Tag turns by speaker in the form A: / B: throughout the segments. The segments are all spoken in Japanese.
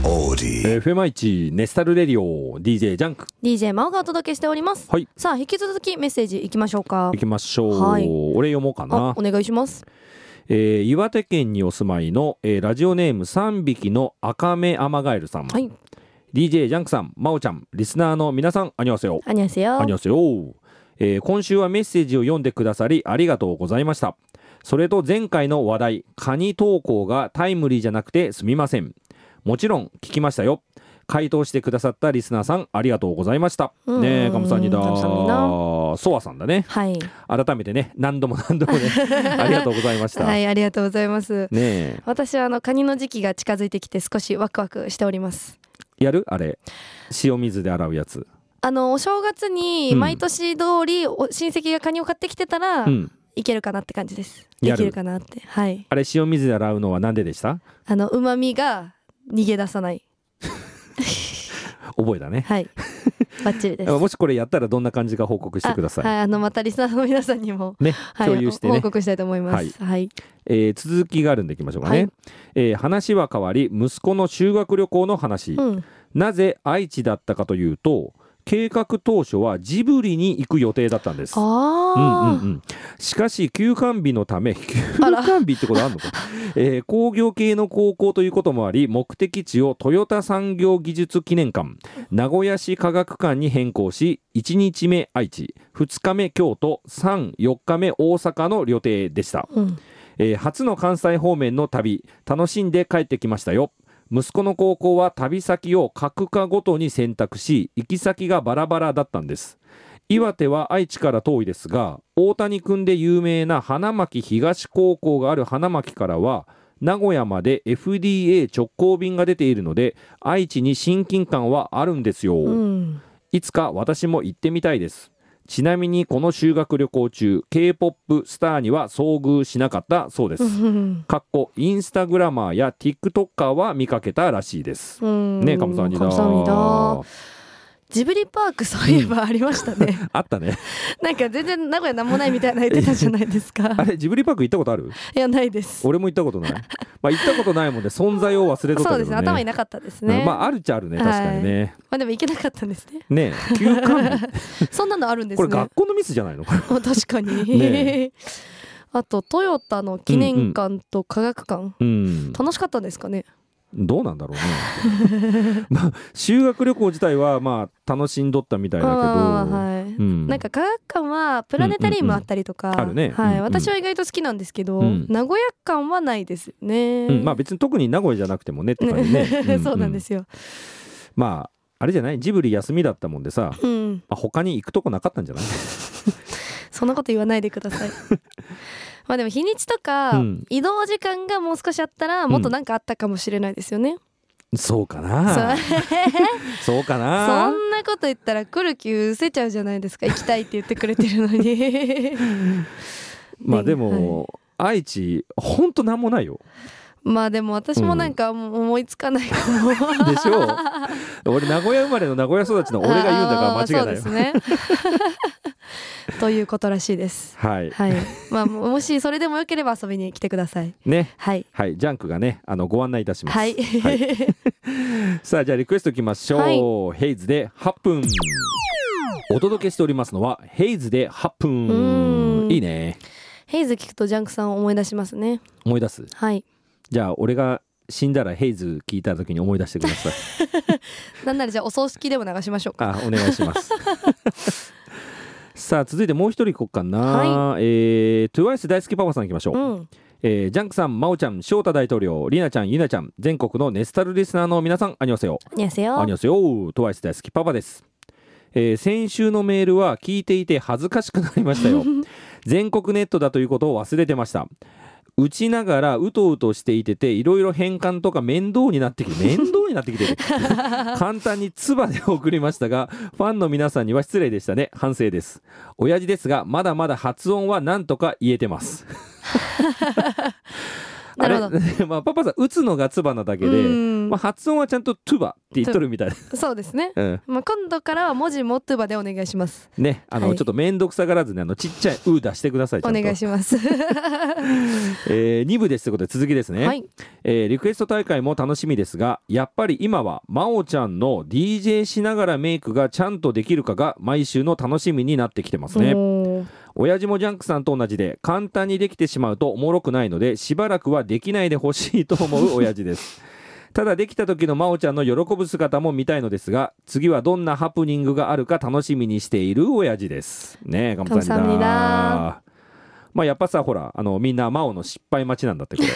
A: えー FM1 ネスタルレディオ DJ ジャンク
B: DJ 真央がお届けしております、
A: はい
B: さあ引き続きメッセージいきましょうか
A: 行きましょう、
B: はい
A: 俺読もうか
B: あ
A: な
B: お、願いします
A: えー岩手県にお住まいの、えーラジオネーム3匹の赤目アマガエルさん、
B: はい
A: DJ ジャンクさんまおちゃんリスナーの皆さんあにわせよ
B: あにゃせよ
A: あにわせよ、えー今週はメッセージを読んでくださりありがとうございましたそれと前回の話題カニ投稿がタイムリーじゃなくてすみませんもちろん聞きましたよ回答してくださったリスナーさんありがとうございました
B: うん
A: ねえかむさんにだ
B: かむさんにな
A: ソワさんだね
B: はい
A: 改めてね何度も何度もね ありがとうございました、
B: は
A: ね
B: いありがとうございます
A: え
B: 私はあのカニの時期が近づいてきて少しワクワクしております
A: やるあれ塩水で洗うやつ
B: あのお正月に
A: うん
B: 毎年通りお親戚がカニを買ってきてたら、
A: うん
B: いけるかなって感じですで
A: やる
B: きるかなってはい
A: あれ塩水で洗うのは何ででした
B: あの旨味が逃げ出さない
A: 覚えだね
B: はい バッチリです
A: もしこれやったらどんな感じか報告してください
B: あはいあのまたリスナーの皆さんにも
A: ね、
B: はい
A: 共有してね
B: 報、告したいと思いますはい
A: えー続きがあるんでいきましょうかね、
B: はい
A: えー話は変わり息子の修学旅行の話、
B: うん
A: なぜ愛知だったかというと計画当初はジブリに行く予定だったんですうんうんう
B: あ
A: ん、しかし休館日のため休
B: あら
A: 館日ってことあんのか、えー工業系の高校ということもあり目的地を豊田産業技術記念館名古屋市科学館に変更し1日目愛知2日目京都34日目大阪の予定でした、
B: あうん
A: えー初の関西方面の旅楽しんで帰ってきましたよ息子の高校は旅先を各科ごとに選択し行き先がバラバラだったんです岩手は愛知から遠いですが大谷君で有名な花巻東高校がある花巻からは名古屋まで FDA 直行便が出ているので愛知に親近感はあるんですよ、
B: うん
A: いつか私も行ってみたいです。ちなみにこの修学旅行中、K-POP スターには遭遇しなかったそうです。
B: うん
A: かっこインスタグラマーや TikToker は見かけたらしいです。
B: うん
A: ねえ、カムさんにだ。
B: カムサハムニダジブリパークそういえばありましたね、
A: あったね。
B: なんか全然名古屋なんもないみたいな言ってたじゃないです か
A: あれ、ジブリパーク行ったことある
B: いやないです
A: 俺も行ったこと ない。まあ行ったことないもんで、存在を忘れとった
B: そう
A: けど
B: で
A: ね。
B: すね頭いなかったです
A: う
B: ね
A: んまああるっちゃあるね、確かにね。
B: まあでも行けなかったんです ね
A: ねえ 休館日
B: そんなのあるんです
A: これ
B: ね
A: 学校のミスじゃないの
B: あ 確かに、
A: ね
B: あとトヨタの記念館と科学館、
A: うん。
B: 楽しかったんですかね
A: どうなんだろうね。 まあ修学旅行自体はまあ楽しんどったみたいだけど、
B: あーはい、
A: うん、
B: なんか科学館はプラネタリウムあったりとか、
A: んうんうんあるね
B: はい、
A: うんうん
B: 私は意外と好きなんですけど、
A: うん
B: 名古屋館はないですよね、
A: うんまあ別に特に名古屋じゃなくてもねって感 じね。。
B: ねそうなんですすよ、
A: まああれじゃないジブリ休みだったもんでさ、
B: うん、
A: まあ、他に行くとこなかったんじゃない？
B: そんなこと言わないでくだ さいまあでも日にちとか、
A: うん
B: 移動時間がもう少しあったらもっとなんかあったかもしれないですよね、
A: そうか
B: そう
A: な。 そうか
B: そ
A: な。
B: んなこと言ったら来る気失せちゃうじゃないですか行きたいって言ってくれてるのに
A: まあでも、愛知本当なんもないよ。
B: まあでも私もなんかもう思いつかないかも、
A: でしょう。俺名古屋生まれの名古屋育ちの俺が言うんだから間違いない
B: あ
A: よ
B: ーそ。うですね ということらしいです
A: はい。
B: はいまあももしそれでもよければ遊びに来てください
A: ね。
B: はい
A: はい、ジャンクがね、あのご案内いたします。
B: はい、
A: さあじゃあリクエストいきましょう、ヘイズで8分お届けしておりますのはヘイズで8
B: うー
A: 分
B: ん
A: いいね
B: ヘイズ聞くとジャンクさんを思い出しますね
A: 思い出す
B: はい
A: じゃあ俺が死んだらヘイズ聞いた時に思い出してくだ さい
B: なんならじゃあお葬式でも流しましょうか
A: あお願いします さあ続いてもう一人いこっかな、
B: は
A: えー、トゥワイス大好きパパさんいきましょう、
B: うん
A: えージャンクさんまおちゃん翔太大統領りなちゃんゆなちゃん全国のネスタルリスナーの皆さんあにわせよ
B: こんにちは
A: アニョセヨトワイス大好きパパです、えー先週のメールは聞いていて恥ずかしくなりま したよ全国ネットだということを忘れてました打ちながらうとうとしていてていろいろ変換とか面倒になってきて面倒になってきてて 簡単に唾で送りましたがファンの皆さんには失礼でしたね反省です親父ですがまだまだ発音はなんとか言えてます
B: なるほど
A: ど まあパパさん打つのがつばなだけ
B: う
A: で、
B: ん
A: まあ、発音はちゃんと「トゥバ」って言っとるみたいな、、
B: そうですね
A: うん、
B: まあ、今度からは文字持ってばでお願いします
A: ねあの、
B: はい
A: ちょっと面倒くさがらずねあのちっちゃい「う」出してくださいちゃ
B: お
A: んと
B: 願いします
A: え2部ですということで続きですね、
B: はい
A: えーリクエスト大会も楽しみですがやっぱり今は真央ちゃんの DJ しながらメイクがちゃんとできるかが毎週の楽しみになってきてますね
B: おー
A: 親父もジャンクさんと同じで簡単にできてしまうとおもろくないのでしばらくはできないでほしいと思う親父ですただできた時の真央ちゃんの喜ぶ姿も見たいのですが次はどんなハプニングがあるか楽しみにしている親父ですねえ頑張
B: 감사합
A: だ
B: 니다
A: まあやっぱさほらあのみんな真央の失敗待ちなんだってこ れ
B: い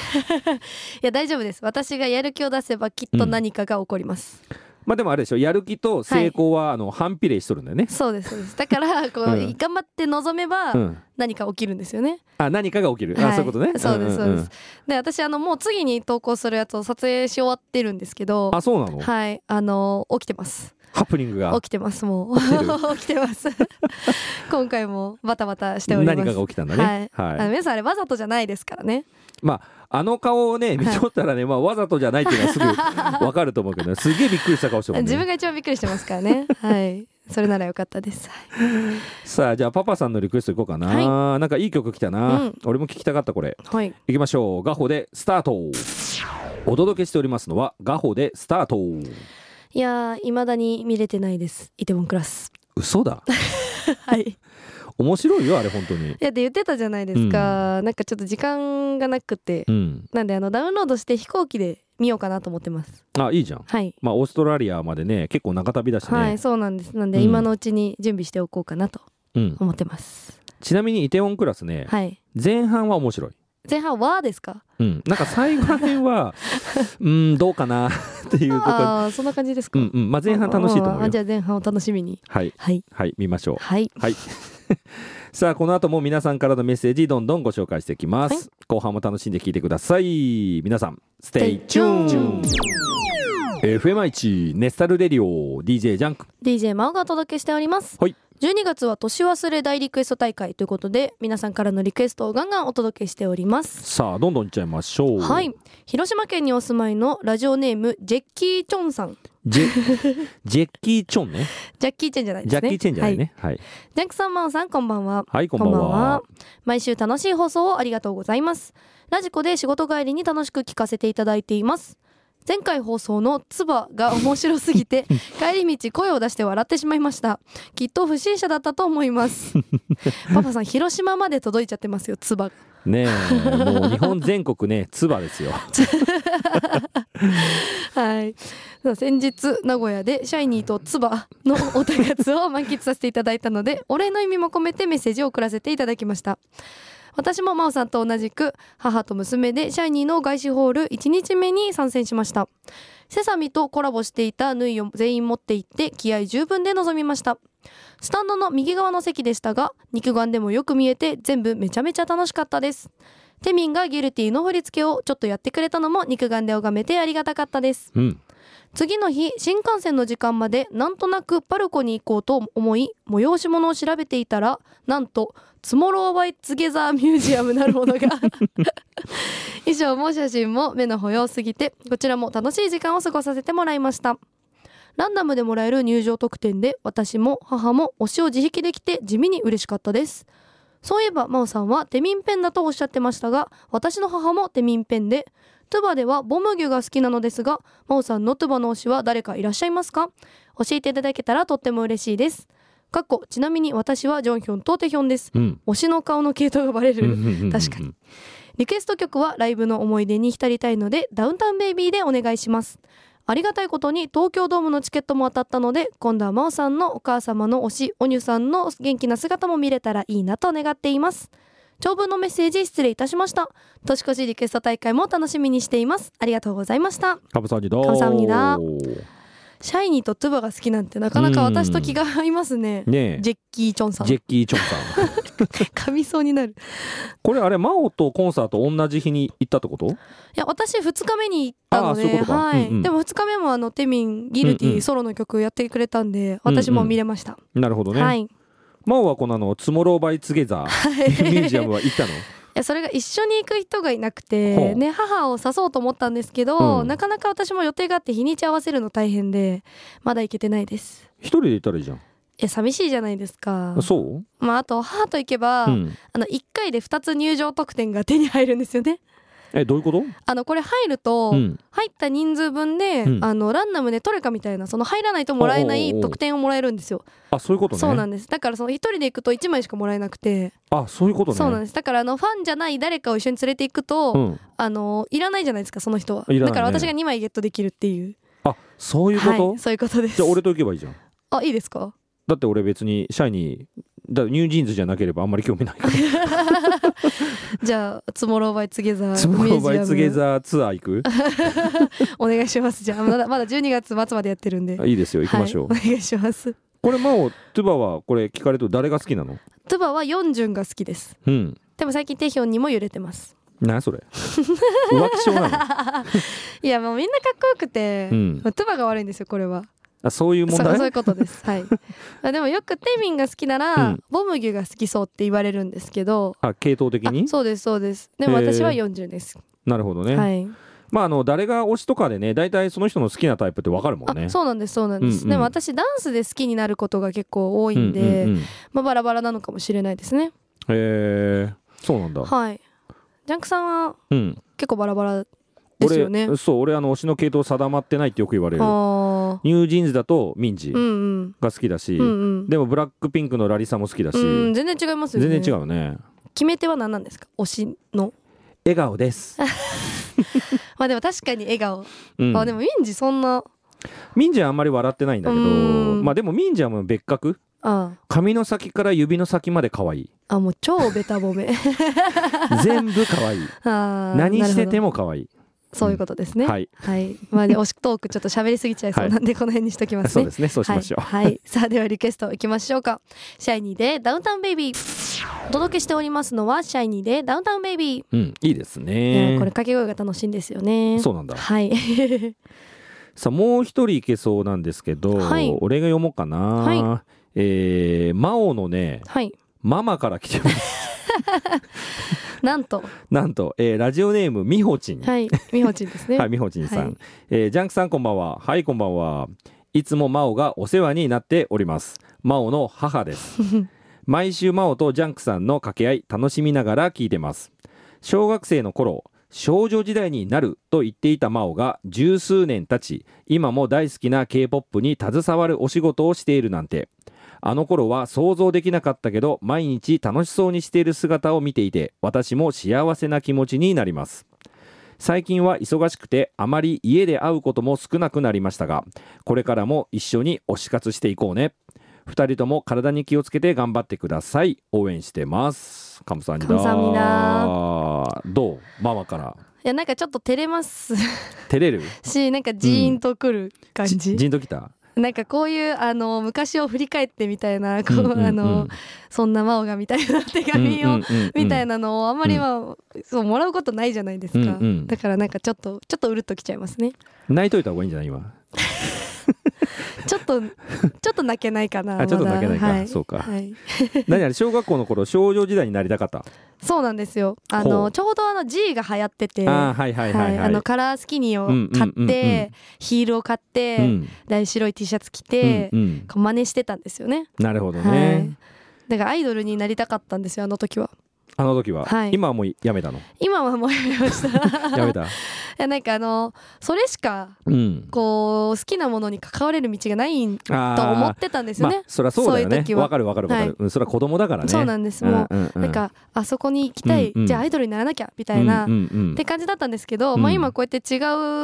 B: や大丈夫です私がやる気を出せばきっと何かが起こります、
A: まあでもあれでしょやる気と成功は、あの反比例しとるんだよね
B: そうですそうですだからこう、
A: うん
B: 頑張って望めば
A: うん
B: 何か起きるんですよね、
A: あ何かが起きる、あ
B: は
A: そういうことね
B: そうです
A: ん
B: そ
A: ん
B: うんです、で私あのもう次に投稿するやつを撮影し終わってるんですけど
A: あそうなの、
B: はいあの起きてます
A: ハプニングが
B: 起きてますもう
A: 起きてる
B: 起きて ます今回もバタバタしております
A: 何かが起きたんだね
B: はい、あの皆さんあれわざとじゃないですからね
A: あの顔をね見とったらね、まあ、わざとじゃないっていうのはす ぐわかると思うけど、ね、すげえびっくりした顔してもん
B: 自分
A: ね
B: が一番びっくりしてますからねはいそれならよかったです、はい
A: さあじゃあパパさんのリクエストいこうかな、なんかいい曲来たな、
B: うん
A: 俺も聴きたかったこれ
B: はい、
A: いきましょうガホでスタートお届けしておりますのはガホでスタート
B: いやー未だに見れてないですイテウォンクラス
A: 嘘だ
B: はいい
A: 面白いよあれ本当に
B: やって言ってたじゃないですか、なんかちょっと時間がなくて
A: うん
B: なんであのダウンロードして飛行機で見ようかなと思ってます
A: あいいじゃん
B: はい
A: まあオーストラリアまでね結構長旅だしね、
B: はい、そうなんです。なん
A: う
B: で
A: ん
B: 今のうちに準備しておこうかなと
A: うん、
B: 思ってます。
A: ちなみにイテウォンクラスね、
B: はい。
A: 前半は面白い
B: 前半はですか？
A: うん、なんか最後ら辺 はうんどうかなっていうところ
B: ああー、そんな感じです
A: う
B: か？
A: んうんまあ、前半楽しいと思う
B: あ
A: よ
B: ーじゃあ前半を楽しみに。
A: はい
B: はい
A: はい見ましょ
B: はい。
A: うはい さあこの後も皆さんからのメッセージどんどんご紹介していきます、
B: はい
A: 後半も楽しんで聞いてください皆さん Stay
B: Stay tuned
A: tuned FM1 ネスタルレディオ DJ ジャンク
B: DJ マオがお届けしております。
A: はい。
B: 12月は年忘れ大リクエスト大会ということで皆さんからのリクエストをガンガンお届けしております。
A: さあどんどんいっちゃいましょう
B: はい。広島県にお住まいのラジオネームジェッキー・チョンさん。
A: ジェ ジェッキー・チョンね
B: ジャッキー・チェンじゃないです
A: ジャ
B: ね。
A: ッキー・チェンじゃない
B: は。
A: ねはい、はい
B: ジャンクさんマオさんこんばんは。
A: こんばんは
B: 毎週楽しい放送をありがとうございますラジコで仕事帰りに楽しく聞かせていただいています前回放送のツバが面白すぎ て帰り道声を出して笑ってしまいましたきっと不審者だったと思います パパさん広島まで届いちゃってますよツバが
A: ねえもう日本全国ねツバですよ
B: はい先日名古屋でシャイニーとツバのお手活を満喫させていただいたのでお礼の意味も込めてメッセージを送らせていただきました私も真央さんと同じく母と娘でシャイニーの外資ホール1日目に参戦しましたセサミとコラボしていた縫いを全員持って行って気合十分で臨みましたスタンドの右側の席でしたが肉眼でもよく見えて全部めちゃめちゃ楽しかったですテミンがギルティの振り付けをちょっとやってくれたのも肉眼で拝めてありがたかったです
A: うん
B: 次の日新幹線の時間までなんとなくパルコに行こうと思い催し物を調べていたらなんとツモローバイツゲザーミュージアムなるものが 衣装も写真も目の保養すぎてこちらも楽しい時間を過ごさせてもらいましたランダムでもらえる入場特典で私も母も推しを自引きできて地味に嬉しかったですそういえば真央さんはテミンペンだとおっしゃってましたが私の母もテミンペンでトゥバではボム牛が好きなのですが真央さんのトゥバの推しは誰かいらっしゃいますか教えていただけたらとっても嬉しいですかっこちなみに私はジョンヒョンとテヒョンです
A: うん
B: 推しの顔の系統がバレ
A: うんう
B: る
A: んうんうん
B: 確かにリクエスト曲はライブの思い出に浸りたいのでダウンタウンベイビーでお願いしますありがたいことに東京ドームのチケットも当たったので今度は真央さんのお母様の推しおにゅさんの元気な姿も見れたらいいなと願っています長文のメッセージ失礼いたしました年越しリクエスト大会も楽しみにしていますありがとうございました
A: カブサウニダー
B: カブサウニダシャイニーとトゥバが好きなんてなかなか私と気が合いますね
A: ねえ
B: ジェッキー・チョンさん
A: ジェッキー・チョン さん
B: 噛みそうになる
A: これあれ真央とコンサート同じ日に行ったってこと
B: いや私2日目に行ったの
A: あーそうい
B: で
A: うことか
B: はい、
A: うんうん
B: でも2日目もあのテミンギルテ
A: うんう
B: ィ
A: ん
B: ソロの曲やってくれたんで、
A: うん
B: 私も見れました、
A: なるほどね、
B: はい
A: 真央はこのあの「ツモローバイ・ツゲザー」ミュージアムは行ったの
B: やそれが一緒に行く人がいなく
A: ほ
B: て、
A: う
B: ね、母を誘おうと思ったんですけど、
A: うん
B: なかなか私も予定があって日にち合わせるの大変でまだ行けてないです
A: 一人で行ったらいいじゃん、
B: いや寂しいじゃないですか
A: そう、
B: まああと母と行けば、
A: うん、
B: あの1回で2つ入場特典が手に入るんですよね
A: えどういうこと
B: あのこれ入ると、
A: うん
B: 入った人数分で、
A: うん
B: あのランダムで取るかみたいなその入らないともらえな
A: おうおうお
B: いう特典をもらえるんですよ
A: あそういうことね
B: そうなんですだからその一人で行くと1枚しかもらえなくて
A: あそういうことね
B: そうなん
A: で
B: ですだからあのファンじゃない誰かを一緒に連れて行くと、
A: ん、
B: あのいらないじゃないですかその人は
A: ら
B: い
A: ないね
B: だから私が2枚ゲットできるっていう
A: あそういうこと、
B: はい、そういうことです
A: じゃあ俺と行けばいいじゃん
B: あいいですか
A: だって俺別にシャイにだニュージーンズじゃなければあんまり興味ないから
B: じゃあ「ツモローバイツゲザー」
A: 「ツモローバイツゲ
B: ー
A: ザーツアー行
B: お願いしますじゃあまだまだ12月末までやってるんで
A: く」いいですよ行きましょう、
B: はい、お願いします
A: これ真央トゥバはこれ聞かれると誰が好きなの
B: トゥバはヨンジュンが好きです
A: うん
B: でも最近テヒョンにも揺れてます
A: なそれ浮気症なの
B: いやもうみんなかっこよくて、
A: うん
B: まあトゥバが悪いんですよこれは
A: あそういう問
B: そう
A: 題
B: そういうことですはいまあでもよくテミンが好きなら、
A: うん
B: ボムギュが好きそうって言われるんですけど
A: あ系統的
B: あ
A: に
B: そうですそうですでも
A: へー
B: 私は40です、
A: なるほどね、
B: はい、
A: まああの誰が推しとかでね大体その人の好きなタイプってわかるもんね
B: あそうなんですそうなんです、
A: うんうん
B: でも私ダンスで好きになることが結構多いんで、
A: うんうんうん、
B: まあ、バラバラなのかもしれないですね
A: えー、そうなんだ
B: はいジャンクさんは
A: うん
B: 結構バラバラで
A: 俺
B: すよね
A: そう俺あの推しの系統定まってないってよく言われる
B: あ
A: ニュージーンズだとミンジ
B: ーうん
A: が好きだし、
B: うんうんうん
A: でもブラックピンクのラリサも好きだし、
B: うん全然違いますよね
A: 全然違うね
B: 決め手は何なんですか推しの
A: 笑顔です、
B: まあでも確かに笑顔、
A: うん
B: あでもミンジそんな
A: ミンジはあんまり笑ってないんだけど
B: うん
A: まあでもミンジはもう別格
B: あ
A: 髪の先から指の先まで可愛い
B: あもう超ベタ褒め
A: 全部可愛い
B: あー
A: 何して
B: なる
A: て
B: ほ
A: も可愛い
B: どそういうことですね、
A: は
B: はい、
A: い
B: まあね推しトークちょっと喋りすぎちゃいそうなんで、この辺にしときます
A: そう
B: ね
A: ですねそうしましょう、
B: はい、はいさあではリクエストいきましょうかシャイニーでダウンタウンベイビーお届けしておりますのはシャイニーでダウンタウンベイビー、
A: うんいいです
B: いや
A: ね
B: ーこれ掛け声が楽しいんですよね
A: そうなんだ
B: はい
A: さあもう一人いけそうなんですけど、
B: はい
A: 俺が読もうかな、
B: は
A: えー、真央のね
B: はい
A: ママから来てます
B: なんと
A: なんと、えーラジオネームみほちん
B: はいみほちんですね
A: はい、みほちんさん、
B: はい
A: えージャンクさんこんばんは。はい、こんばんは。いつも真央がお世話になっております。真央の母です。 毎週真央とジャンクさんの掛け合い、楽しみながら聞いてます。小学生の頃、少女時代になると言っていた真央が十数年経ち、今も大好きな K-POP に携わるお仕事をしているなんて。あの頃は想像できなかったけど、毎日楽しそうにしている姿を見ていて、私も幸せな気持ちになります。最近は忙しくてあまり家で会うことも少なくなりましたがこれからも一緒に推し活していこうね2人とも体に気をつけて頑張ってください応援してますカムサンニダ
B: カムサハムニ
A: どうママから
B: いやなんかちょっと照れます
A: 照れる
B: しなんかジーンとくる感じ、
A: じじんときた
B: なんかこういうあの昔を振り返ってみたいなこ
A: う
B: う、
A: んうんうん
B: あのそんな真央がみたいな手紙を、みたい
A: な
B: なのをあんまりは、そうもらうことないじゃないですか、
A: うんうん
B: だからなんかちょっとちょっとうるっときちゃいますね
A: 泣いといた方がいいんじゃない今
B: ちょっと ちょっと泣けないかな
A: あちょっと
B: ま
A: 泣
B: だ
A: けないか
B: はい、
A: そうか
B: はい、
A: 何あれ小学校の頃少女時代になりたかった
B: そうなんですよあ
A: ほ
B: の
A: う
B: ちょうどあの G が流行ってて
A: あーはいはいはい
B: あ
A: はい
B: のカラースキニーを買って、
A: うんうんうんうん
B: ヒールを買って、
A: うん
B: 大白い T シャツ着
A: うん、
B: て
A: うん
B: こう真似してたんですよね
A: なるほど
B: はい
A: ね
B: だからアイドルになりたかったんですよあの時は
A: あの時は
B: はい
A: 今はもうやめ たの
B: 今はもうやめました
A: やめ
B: い
A: た
B: やなんかあのそれしか
A: うん
B: こう好きなものに関われる道がないん
A: と
B: と思ってたんですよね
A: まあ、、そりゃそうだよ
B: そういう
A: ね
B: 時は
A: わかるわかるわか
B: はい
A: る、うんそりゃ子供だからね
B: そうなんですもう、
A: んん
B: なんかあそこに行きたい、
A: うんうん
B: じゃあアイドルにならなきゃみたいな、
A: うんうん
B: って感じだったんですけど、
A: うん
B: まあ、今こうやって違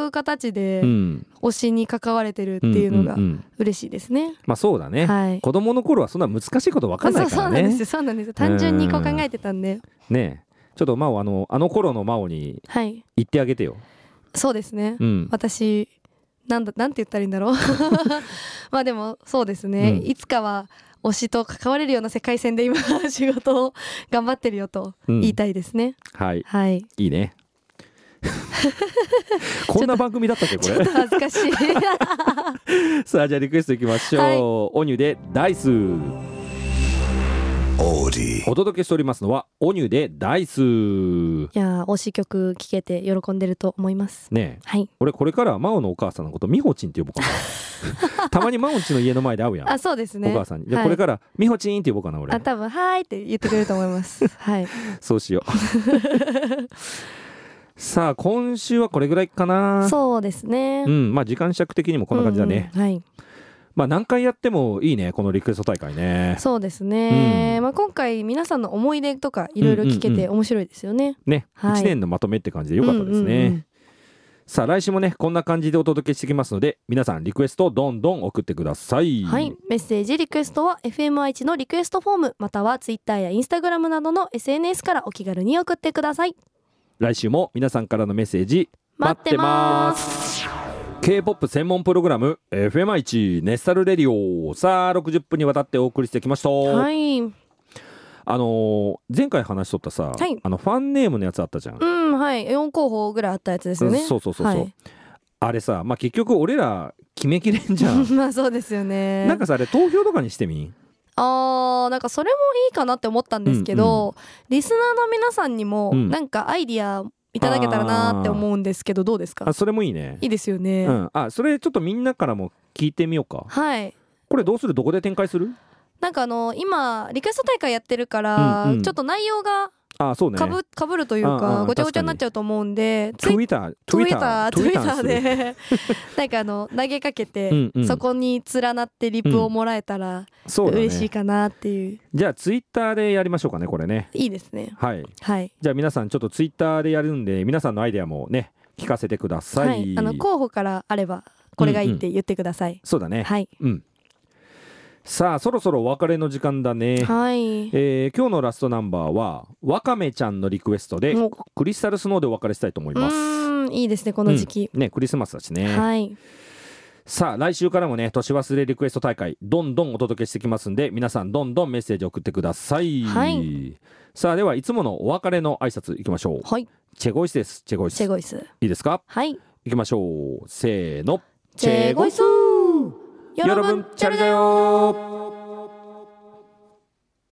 B: う形で
A: うん
B: 推しに関われてるっていうのが
A: んんん
B: 嬉しいですね。
A: まあそうだね、
B: はい
A: 子供の頃はそんな難しいことわかんない
B: そうそ
A: から
B: うなんです
A: ね
B: よそうなんですよ単純にこう考えてたんで、
A: ねえちょっと真央あのあの頃の真央に
B: はい
A: 言ってあげてよ、
B: そうですね、
A: うん、
B: 私なんだなんて言ったらいいん だろうまあでもそうですね、
A: うん
B: いつかは推しと関われるような世界線で今仕事を頑張ってるよと
A: うん
B: 言いたいですね、
A: はい
B: はい
A: いい ねこんな番組だったっけこ
B: ちょっ
A: れ
B: と恥ずかし い
A: さあじゃあリクエストいきましょう、
B: はい
A: おにゅでダイス
C: Audi.
A: お届けしておりますのはオニュでダイス
B: いやー推し曲聴けて喜んでると思います
A: ねえ
B: はい
A: 俺これから真央のお母さんのこと美穂ちんって呼ぼうか なたまに真央ちんの家の前で会うやん、
B: あそうですね
A: お母さんにで、
B: はい
A: これから美穂ちんって呼ぼうかな俺
B: あ多分はーいって言ってくれると思いま すはい
A: そうしよ うさあ今週はこれぐらいかな
B: そうですね
A: んまあ時間尺的にもこんな感じだね、
B: うんうんはい
A: まあ何回やってもいいねこのリクエスト大会ね
B: そうですね、
A: うん
B: まあ、今回皆さんの思い出とかいろいろ聞け
A: うんうん
B: て面白いですよね、
A: ね、
B: はい
A: 1年のまとめって感じでよかったですね、
B: うんうんうん
A: さあ来週もねこんな感じでお届けしてきますので皆さんリクエストをどんどん送ってください
B: はい、メッセージリクエストは FMI1 のリクエストフォームまたは Twitter や Instagram などの SNS からお気軽に送ってください
A: 来週も皆さんからのメッセージ
B: 待ってます
A: K-POP 専門プログラム FM1 ネスタルレディオさあ60分にわたってお送りしてきました、
B: はいうん
A: あのー前回話しとったさ、
B: はい
A: あのファンネームのやつあったじゃん、
B: はい4候補ぐらいあったやつですよね
A: そうそうそうそう
B: はい
A: あれさまあ結局俺ら決めきれんじゃん
B: まあそうですよ ね
A: なんかさあれ投票とかにしてみん
B: あーなんかそれもいいかなって思ったんですけど、リスナーの皆さんにも
A: うん
B: なんかアイディアいただけたらなって思うんですけどどうですか
A: あそれもいいね
B: いいですよね、
A: うん、あそれちょっとみんなからも聞いてみようか
B: はい
A: これどうするどこで展開する
B: なんかあの今リクエスト大会やってるから、
A: うんうん
B: ちょっと内容が
A: あそうね
B: かぶかぶるという
A: あああ
B: か
A: あ
B: ごちゃごちゃになっちゃうと思うんでツイッ
A: Twitter
B: ツイッターツイッター
A: Twitter にする
B: で なんかあの投げかけて、
A: うんうん
B: そこに連なってリプをもらえたら
A: そうだね
B: 嬉しいかなっていう
A: じゃあツイッターでやりましょうかねこれね
B: いいですね
A: はい
B: はい、
A: じゃあ皆さんちょっとツイッターでやるんで皆さんのアイデアもね聞かせてください、
B: はい、あの候補からあればこれがいいって言ってください、
A: そうだね、
B: はい
A: うんさあそろそろお別れの時間だね
B: はい
A: えー今日のラストナンバーはわかめちゃんのリクエストで
B: も
A: クリスタルスノーでお別れしたいと思いうます
B: ーんいいですねこの時期、
A: うんねクリスマスだしね、
B: はい
A: さあ来週からもね年忘れリクエスト大会どんどんお届けしてきますんで皆さんどんどんメッセージ送ってください、
B: はい
A: さあではいつものお別れの挨拶いきましょう
B: はい
A: チェゴイスですチェゴイス
B: チェゴイス
A: いいですか
B: はい
A: いきましょうせーの
B: チェゴイス
A: チェゴイスよろぶんチャリだよ